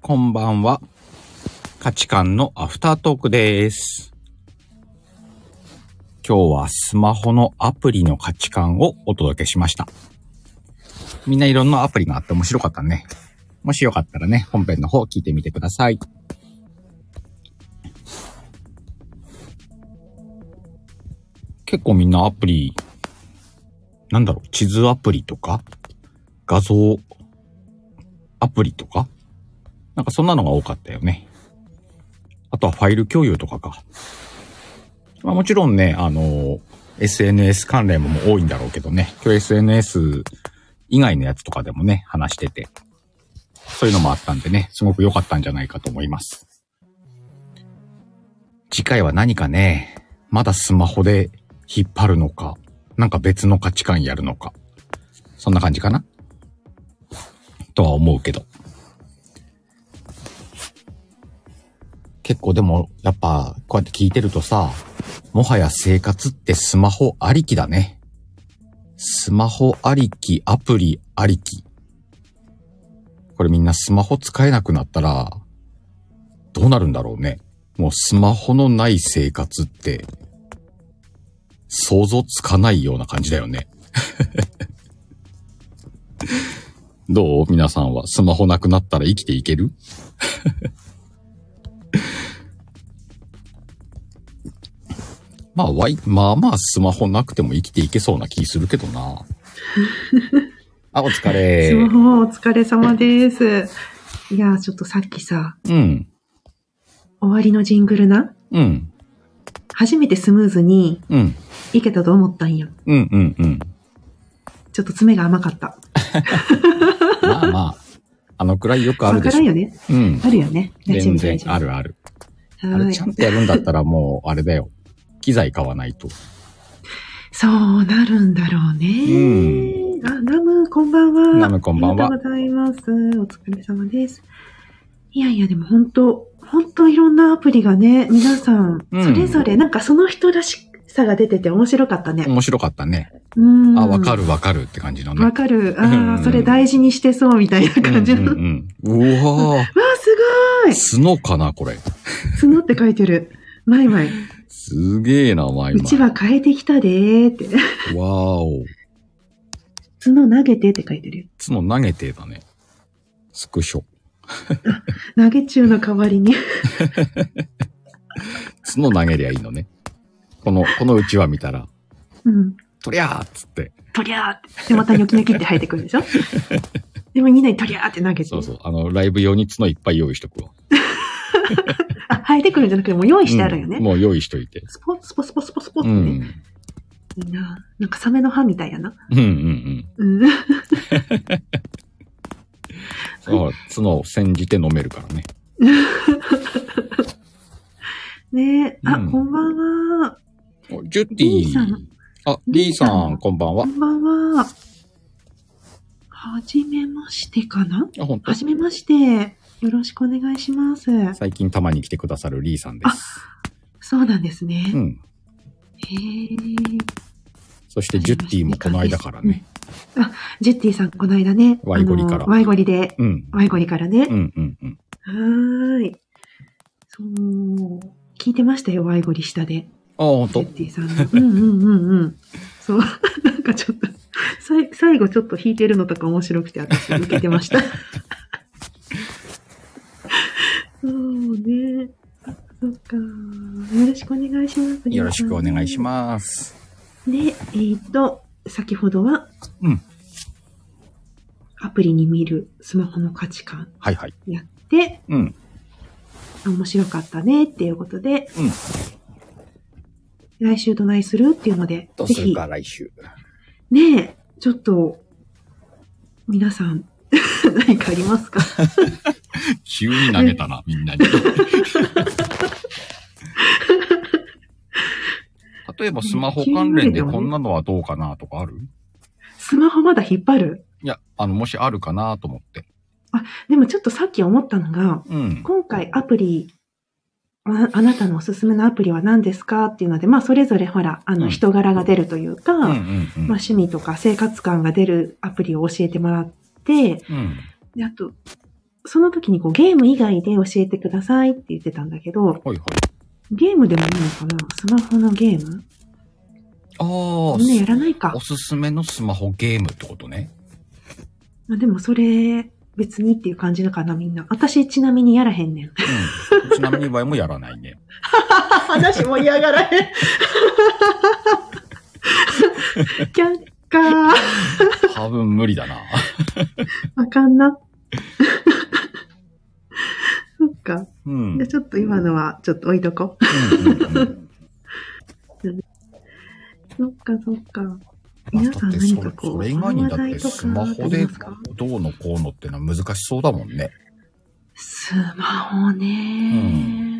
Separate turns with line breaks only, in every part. こんばんは。価値観のアフタートークです。今日はスマホのアプリの価値観をお届けしました。みんないろんなアプリがあって面白かったね。もしよかったらね、本編の方聞いてみてください。結構みんなアプリ、なんだろう、地図アプリとか、画像アプリとか、なんかそんなのが多かったよね。あとはファイル共有とかか。まあもちろんね、あの、SNS 関連も多いんだろうけどね。今日 SNS 以外のやつとかでもね、話してて。そういうのもあったんでね、すごく良かったんじゃないかと思います。次回は何かね、まだスマホで引っ張るのか、なんか別の価値観やるのか。そんな感じかなとは思うけど。結構でも、やっぱ、こうやって聞いてるとさ、もはや生活ってスマホありきだね。スマホありき、アプリありき。これみんなスマホ使えなくなったら、どうなるんだろうね。もうスマホのない生活って、想像つかないような感じだよね。 どう皆さんはスマホなくなったら生きていける まあ、わい、まあまあスマホなくても生きていけそうな気するけどな。あ、お疲
ス
れ。
マホお疲れ様です。いやー、ちょっとさっきさ、
うん、
終わりのジングルな、
うん、
初めてスムーズに
うん、
いけたと思ったんや。
うん、うん、うん。
ちょっと爪が甘かった。
まあまあ、あのくらいよくあ
わ
るで
か
し
ら
ょ
ん。よね。
うん。
あるよね。大
全
丈夫
然
大丈夫
あるある。あ
は
れ
い
ちゃんとやるんだったらもう、あれだよ。機材買わないと。
そうなるんだろうね。あ、ナム、こんばんは。
ナムこんばんは
ありがとうございます。お疲れ様です。いやいや、でも本当本当いろんなアプリがね、皆さん、
うん
それぞれ、なんかその人らしさが出てて面白かったね。
面白かったね。
うん。
あ、わかるわかるって感じのね
わ。かる。
うん
ああ、それ大事にしてそうみたいな感じの。
う
わ
んうんうん。うわ
あ、すご
ー、角かなこれ。
い角って書いてる。マイマイ。
すげえな、マイ
う
マ
ち
イ。
は変えてきたでーって。
わーお。
角投げてって書いてるよ。
角投げてだね。スクショ。
投げ中の代わりに。
角投げりゃいいのね。この、このうちわ見たら、
うん。
とりゃーっつって。
とりゃーって。で、またニョキニョキって生えてくるで しょでもみんなにとりゃーって投げて。
そうそう。あの、ライブ用に角いっぱい用意しとくわ。
あ、生えてくるんじゃなくて、もう用意してあるよね。
うんもう用意しといて。
スポッ、スポスポスポスポっ
うん。
て
う
ね。
ん
いいな。なんかサメの歯みたいやな。
うんうん。
うん。
そう、角を煎じて飲めるからね。
ねえ。あ、
うん
こんばんは。
おジュッテ
リ
ィ
ーさん。
あ、リーさ
リーさ
ん、
ん
こんばんは
こ。んばんは。はじめましてかな
あ、本当
は。じめまして。よろしくお願いします。
最近たまに来てくださるリーさんです。
そうなんですね。
うん。
へー
そしてジュッティもこの間からね。。
うんあ、ジェッティさん、この間ね。
ワイゴリから
あのワイゴリで。
うん。
ワイゴリからね。
うんうんうん。
はーい。そう。聞いてましたよ、ワイゴリ下で。
あ、本
ジェ
当
ッ。ティさんの。うんうんうんうん。そう。 なんかちょっと、さい最後ちょっと弾いてるのとか面白くて、私、受けてました。 そうね。そっか。よろしくお願いします。
よろしくお願いし
す。
ます。
で、えっ、と、先ほどは、
うん
アプリに見るスマホの価値観
はいはい。
やって、
うん。
面白かったねっていうことで、
うん
来週どないするっていうので、
と
ぜ
する
ひ、
か来週。
ねえ、ちょっと、皆さん、 何かありますか
急に投げた な、みんなに。例えばスマホ関連でこんなのはどうかなとかある
スマホまだ引っ張る
いや、あの、もしあるかなと思って。
でもちょっとさっき思ったのが、
うん。
今回アプリ、ああなたのおすすめのアプリは何ですかっていうので、まあそれぞれほら、あ
う
の
ん
人柄が出るというか、
うんう
まあ
んうん。
趣味とか生活感が出るアプリを教えてもらって、
うん。
であと、その時にこうゲーム以外で教えてくださいって言ってたんだけど、
はいはい。
ゲームでもいいのかなスマホのゲーム
ああ、
みんなやらないか
お。すすめのスマホゲームってことね。
まあ、でもそれ、別にっていう感じのかな、みんな。私、ちなみにやらへんねん。
うん。ちなみに場合もやらないね。
話も嫌がらへん。キャッカー。
多分無理だな。
あかんな。そっか。
うん。
じゃあちょっと今のは、ちょっと置いとこう。
うんうんうん
そっか、そっか。
まあ
皆
だ
さ
っ
ん
てそ
何
れ
かこう、
それ以外にだってスマ
あ
ホ
り
で
ますか
どうのこうのってのは難しそうだもんね。
スマホね、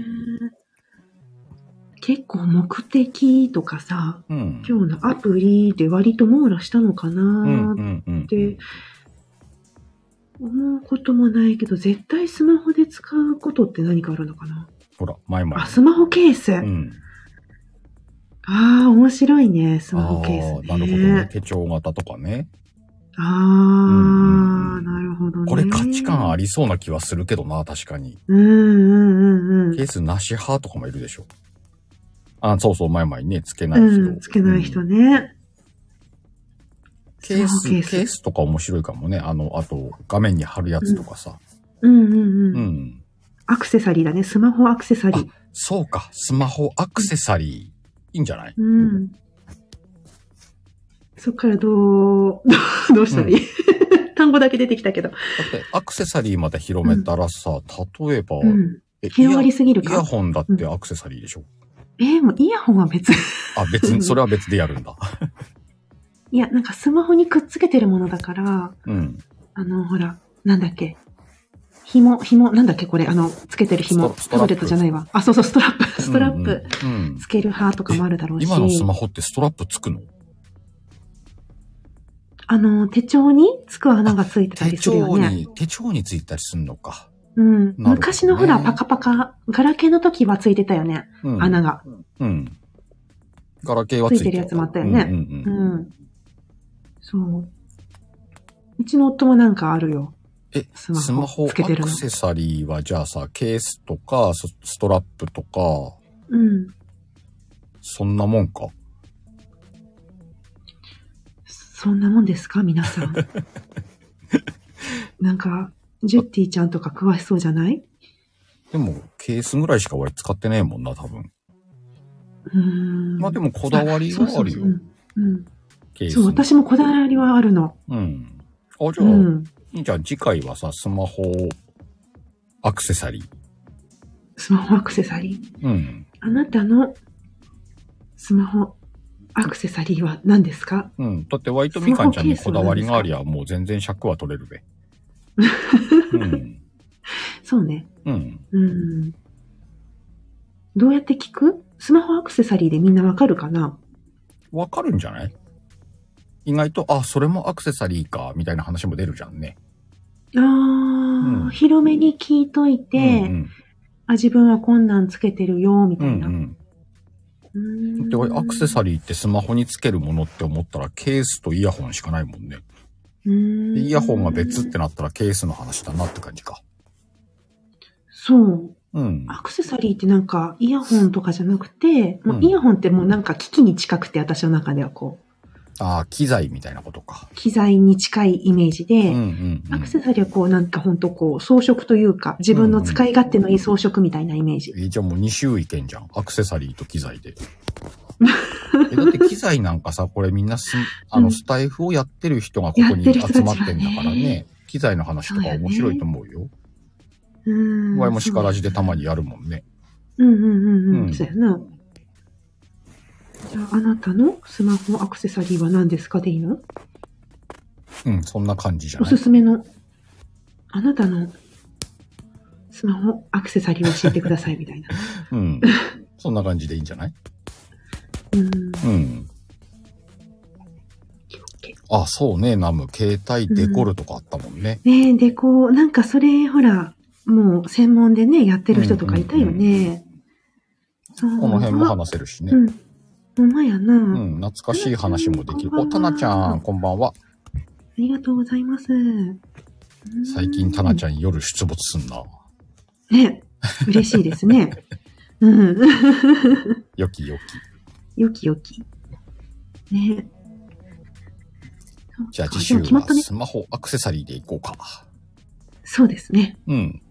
結構目的とかさ、
うん。
今日のアプリで割と網羅したのか
うん
な
う
っ
んうん。
て思うこともないけど、絶対スマホで使うことって何かあるのかな
ほら、前々
あ、。スマホケース。
うん。
ああ、面白いね、スマ
あ
ホケース、
あ、な
ね。
るほどね。手帳型とかね。
あ
んうんう
あ、
ん
なるほどね。
これ価値観あ
り。
りそうな気はするけどな、確かに。
うんうんうんうん
ケ。ースなし派とかもいるでしょ。あ、そうそう、前々にね、つけないう人。
ん、つけない人
うん
ね。
ケー
ス
ス、
マホ
ケ
ケ
ー
ー
ス
ス
とか面白いかもね。あの、あと、画面に貼るやつとかさ。
うんうん
う
うん。
ん。
アクセサリーだね。スマホアクセサリー。
そうか、スマホアクセサリー。いいんじゃない
うん。そっからどう、どうどうしたらいい、 単語だけ出てきたけど。
だって、アクセサリーまで広めたらさ、例えば、
うん。
えイヤ
広がりすぎる
イヤ
か。
ホンだってアクセサリーでしょ。
えー、もうイヤホンは別。
あ、別に、それは別でやるんだ。
いや、なんかスマホにくっつけてるものだから、
うん。
あの、ほら、なんだっけ。紐、紐、なんだっけこれ、あの、つけてる紐。
ストスト
タ
ラップ
ブレットじゃないわ。あ、そうそう、ストラップ。 ストラップ。
うんうん。
つける派とかもあるだろ
う
うんし。
今のスマホってストラップつくの
あの、手帳につく穴がついてた
手
りするよ
帳
ね。
に、手帳についたりすんのか。
う
な
ん。
るほどね
昔のほら、パカパカ、ガラケーの時はついてたよね。
うん。
穴が。
うん。ガラケーはついて
ついてるやつもあったよね
うんうん
う
うん
ん。そう。うちの夫もなんかあるよ。
え、
スマホ
スマホ
つけてる
ア
の
クセサリーはじゃあさ、ケースとか、スストラップとか、
うん。
そんなもんか。
そんなもんですか皆さ ん。なんか、ジェッティちゃんとか詳しそうじゃない
でも、ケースぐらいしか俺使ってねえもんな、多分。
うーん。
まあでもこだわりはあるよ
そうそうそう。うん。うん
ケース
そう、
に。
私もこだわりはあるの。
うん。あ、じゃ
う
あ、
ん。
いいじゃん。次回はさ、スマホ、アクセサリー。
スマホアクセサリー。
うん。
あなたのスマホアクセサリーは何ですか
うん。だって、ワイトみかんちゃんに
ス
こ
マ
だ
ホケー
わり
スは何ですか
がありゃ、もう全然尺は取れる べ。うん。
そうね。
うん。
うん。どうやって聞くスマホアクセサリーでみんなわかるかな
わかるんじゃない意外と、あ、それもアクセサリーか、みたいな話も出るじゃんね。
あー、
うん
広めに聞いといて、
うん
あ、自分はこんなんつけてるよ、み
う
た
ん。う
い
ん
な。
うん。だ
う
って、俺アクセサ
リ
リーってスマホにつけるものって思ったら、ケースとイヤホンしかないもんね。
ー
でイヤホンが別ってなったら、ケースの話だなって感じか。
そう。
うん。
アクセサリーってなんか、イヤホンとかじゃなくて、もう
うん
イヤホンってもうなんか機器に近くて、私の中ではこう、
ああ、機材みたいなことか。
機材に近いイメージ
う
で、
んうん、うん。
アクセサリーはこうなんかほんとこう装飾というか自分の使い勝手のいい装飾みたいなイメージ。
えーじゃあもう2周いけんじゃん。アクセサリーと機材 で。えだって機材なんかさ、これみんなす、あ
う
の、
ん
スタイフをやってる人がここ
やっ
に
てる人たち
集ま
はね
ってんだからね。機材の話とか面白いと思うよ。
う
お
ん。
前もしからじでたま
に。
にやるもんね。
うんうんうん
う
うんん。そうやな。じゃああなたのスマホアクセサリーは何ですかでいいの
うん、そんな感じじゃ
お
ない
す。すめの、あなたのスマホアクセサリーを教えてくださいみたいな。
うん。そんな感じでいいんじゃない
うん。
うん。あ、そうね、ナム。携帯デコルとかあったもんね。
ねえ、でこう、なんかそれほら、もう専門でね、やってる人とかいたよね。そう
この辺も話せるしね
う。ん。ほんまやな。
う
あ
ん、懐かしい話もできる。
う
お、
ん
たなちゃん、こんばんは。
りがとうございます。
最近、タナちゃん夜出没すんな。
ん。ね、嬉しいですね。うん。
よきよき。
よきよき。ね。
じゃあ
そっ
次週
かでも決ま
は
ったね。
スマホアクセサリーでいこうか。
そうですね。
うん。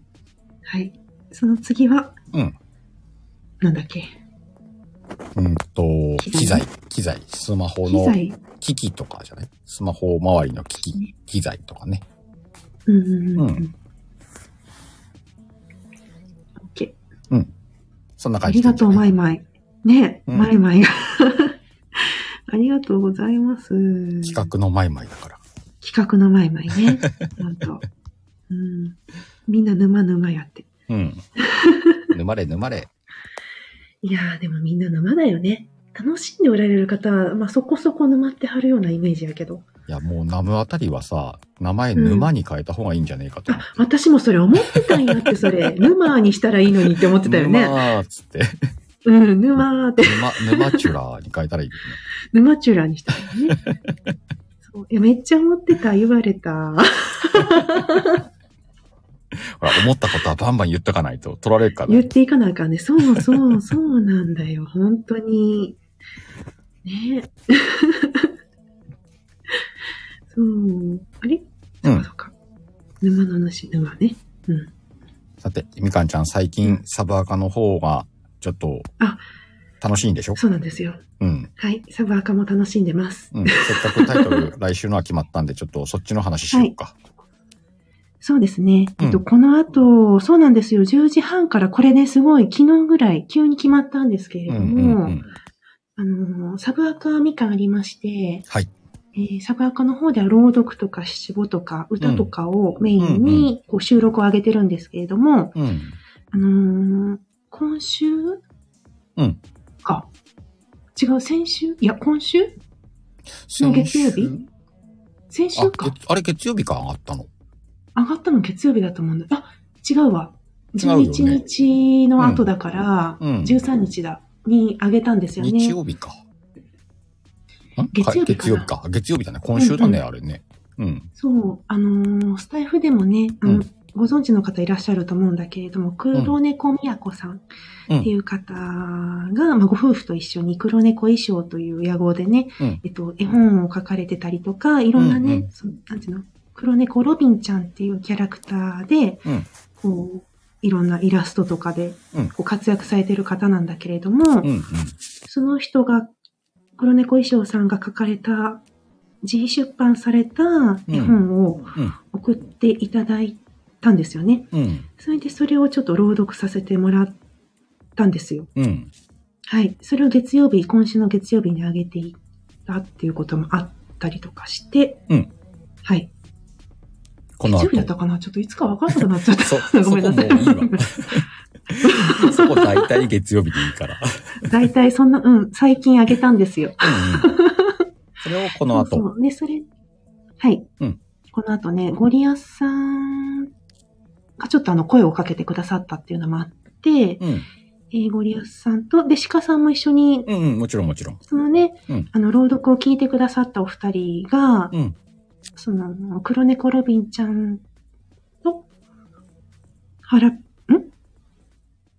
はい。その次は、
うん。
なんだっけ。
うんと、機
機
材
材、
機材。スマホ
機
の
材。
機器とかじゃないスマホ周りの機器、機材とかね。
うんうんうん。
う
うんん、OK。
そんな
あ
感
り
じで
がとう、マイマイ。ね、
うん
マイマイが。 ありがとうございます。
企画のマイマイだから。
企画のマイマイね。本当。うん。みんな沼沼やって。
うん。 沼れ沼れ。
いやー、でもみんな沼だよね。楽しんでおられる方は、まあ、そこそこ沼ってはるようなイメージやけど。
いや、もうナムあたりはさ、名前沼に変えた方がいいんじゃねえかと
あ
思っ、。
私もそれ思ってたんやって、それ。沼にしたらいいのにって思っててたよね。
沼ーっつって。
うん、沼ーって。
沼、沼チュラーに変えたらいいよね。
沼チュラにしたよ ね。そういや、めっちゃ思ってた、言われた。
ほら、思ったことはバンバン言っとかないと取られるから
言っ。ていかなあかんね。そうそう、そうなんだよ。本当に。ねえ。 そう。あれ
う
そうんか。そうか。沼の主、沼ね。うん。
さて、みかんちゃん最近サブアカの方がちょっと
あ、
楽しいんでしょ
そうなんですよ。
うん。
はい。サブアカも楽しんでます。
うん。せっかくタイトル来週のは決まったんで、ちょっとそっちの話しようか。
そうですね。
うん
えっと、この後、そうなんですよ。10時半から、これね、すごい、昨日ぐらい、急に決まったんですけれ
う
ど
ん
も、
うんうん。
あのー、サブアカみかんありまして、
はい。
えーサブアカの方では朗読とか七五とか歌とかをメイン
うんう
にこう収録を上げてるんですけれども、
うん。
あのー今週
うん
か。違う、先週いや、今週月曜日
先
先
週あ
週か。
月あれ月曜日か上がったの。
上がったの月曜日だと思うんだ。あ、違うわ。
違うよね
11日の後だから、
うん。
13日だ。に上げたんですよね。
日曜日か。ん
月曜日かな
月曜日か。月曜日だね。今週だね、
うん
あれね。うん。
そう、あのースタイフでもね、あの、
うん
ご存知の方いらっしゃると思うんだけれども、黒猫みやこさんっていう方が、まあ、ご夫婦と一緒に黒猫衣装という野号でね、
うん
えっと、絵本を書かれてたりとか、いろんなね、
うんうん
そのなんていうの、黒猫ロビンちゃんっていうキャラクターで、
うん
こう、いろんなイラストとかで
うん、
こう活躍されてる方なんだけれども、
うんうん。
その人が、黒猫衣装さんが書かれた、自費出版された絵本を
うん
送っていただいたんですよね。
うん。
それでそれをちょっと朗読させてもらったんですよ。
うん。
はい。それを月曜日、今週の月曜日に上げていったっていうこともあったりとかして、
うん
はい。
この
月曜日だっ
後。
たかなちょっといつかわからなくなっちゃっ
そ、
た。
そ
ご
こも
め
うん
なさい。
いいわ。そ こ大体月曜日でいいから。
大体そんな、うん、最近上げたんですよ。
それをこの
そう
後。
そう。で、それ、はい。
うん
この後ね、ゴリアスさんがちょっとあの声をかけてくださったっていうのもあって、え
うん。
ーゴリアスさんと、で、鹿さんも一緒に、
うんうん、もちろんもちろん。
そのね、
うん
あの、朗読を聞いてくださったお二人が、
うん。
その、黒猫ロビンちゃんと、腹、ん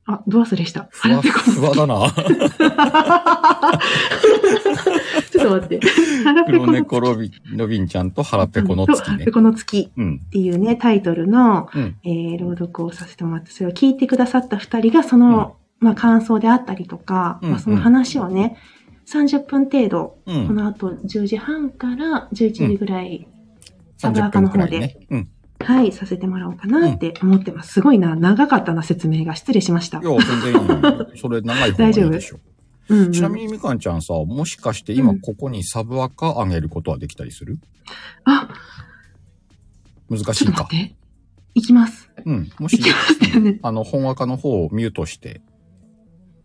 あ、ド忘れした。
ふわ、
腹ペコさん。
ふわだな。
ちょっと待って。腹ペ コ
黒
の
猫ロビン、ロビンちゃんと腹ペコの
と
月
腹
ね
ペ。コの月。
うん
っ。ていうね、タイトルの、
うん
えー朗読をさせてもらって、それを聞いてくださった二人が、その、まあ、感想であったりとか、
うん
まあ、その話をね、30分程度、
う
こ
ん。
の後10時半から11時ぐらい、サブア
30
カ
分
の
くら
方
い
で、
ね。うん。
はい、させてもらおうかなって思ってます。すごいな、長かったな、説明が。失礼しました。
いや、全然いい。それ長い方がいいでしょ。
うん、うん
ちなみにみかんちゃんさ、もしかして今ここにサブアカ上げることはできたりする
あ、
難し
ち
い
ょっと
か。
待って。行きます。
うん。もし
行き、ますよね。
あの、本アカの方をミュートして、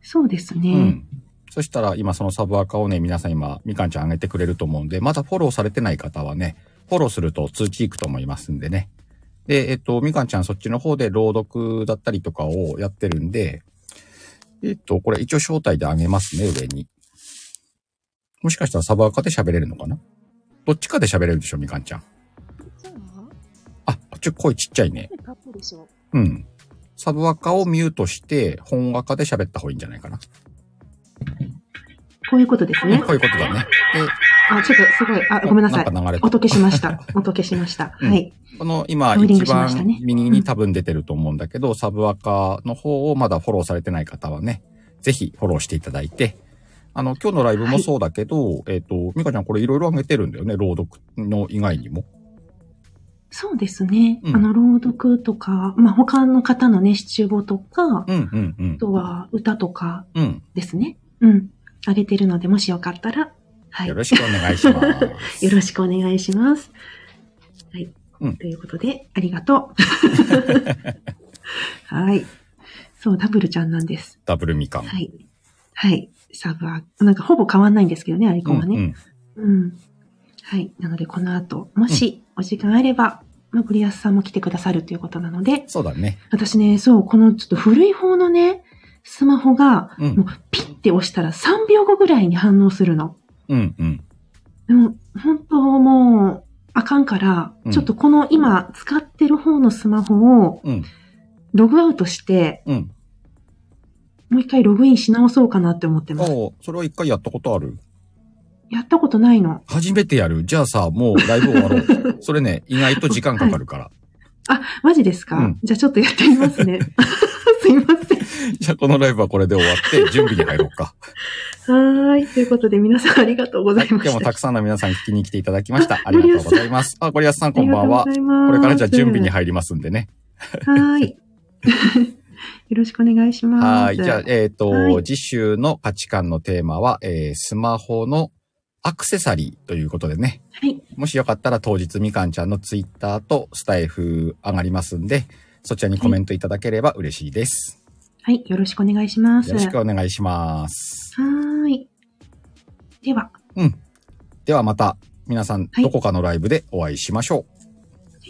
そうですね。
うん。そしたら今そのサブアカをね、皆さん今、みかんちゃん上げてくれると思うんで、まだフォローされてない方はね、フォローすると通知いくと思いますんでね。で、えっと、みかんちゃんそっちの方で朗読だったりとかをやってるんで、えっと、これ一応招待であげますね、上に。もしかしたらサブアカで喋れるのかなどっちかで喋れるでしょ、みかんちゃん。あ、ちょ、声ちっちゃいね。
カップでしょ。
うん。サブアカをミュートして、本アカで喋った方がいいんじゃないかな。
こういうことですね
こ。ういうことだね。
あ、ちょっとすごい。あ、
で、
ごめんなさい
な。んか流れ
音
た。
消しました。音消しました。
うん
はい。
この今
ローリング
一
しました
番
ね
右に多分出てると思うんだけど、サブアカの方をまだフォローされてない方はね、ぜひフォローしていただいて、あの、今日のライブもそうだけど、えっ、と、ミカちゃんこれいろいろ上げてるんだよね、朗読の以外にも。
そうですね。
うん
あの、朗読とか、まあ、他の方のね、シチューボとか、
うんうんうん
あ。とは歌とか
うん。
ですね。うん。あげてるので、もしよかったら、はい。
よ
よ
ろしくお願いします。
ろしくお願いします。はい。
うん
ということで、あり がとう。はい。そう、ダブルちゃんなんです。
ダブルみかん。
はい。はい。サブは、なんかほぼ変わんないんですけどね、アイコンはね。
うんうん
うん。はい。なので、この後、もしお時間あれば、まあ、ゴリアスさんも来てくださるということなので、
そうだね。
私ね、そう、このちょっと古い方のね、スマホが、
うん
もうピッて押したら3秒後ぐらいに反応するの。
うんうん。
でも、本当もう、あかんから
う、ん
ちょっとこの今使ってる方のスマホを
うん
ログアウトして、
うん。
もう一回ログインし直そうかなって思ってます。
おうそれは一回やったことある
やったことないの。
初めてやるじゃあさ、もうライブ終わろう。それね、意外と時間かかるから。
あ、マジですか、
うん
じゃあちょっとやってみますね。 すいません。
じゃあこのライブはこれで終わって、準備に入ろうか。
はーい。ということで、皆さんありがとうござ
はいい、今
まし
日
た。
もたくさんの皆さん聞きに来ていただきま した。ありがとうございます。あ、ゴリアスさんこんばんは
あ。りがとうございます
これからじゃあ準備に入りますんでね。
は ーい。よろしくお願いします。
はい。じゃあ、えっ、と、
はい
次週の価値観のテーマは、えースマホのアクセサリーということでね。
はい。
もしよかったら当日みかんちゃんのツイッターとスタイフ上がりますんで、そちらにコメントいただければ嬉しいです。
はい。よろしくお願いします。
よろしく
は
お願いします。
ーい。では、は
ではまた皆さん
はい
どこかのライブでお会いしましょ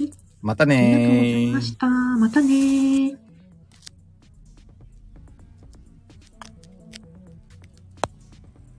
う。
い
また
ありがとうご
ね
ざい
ー
ました。またねー。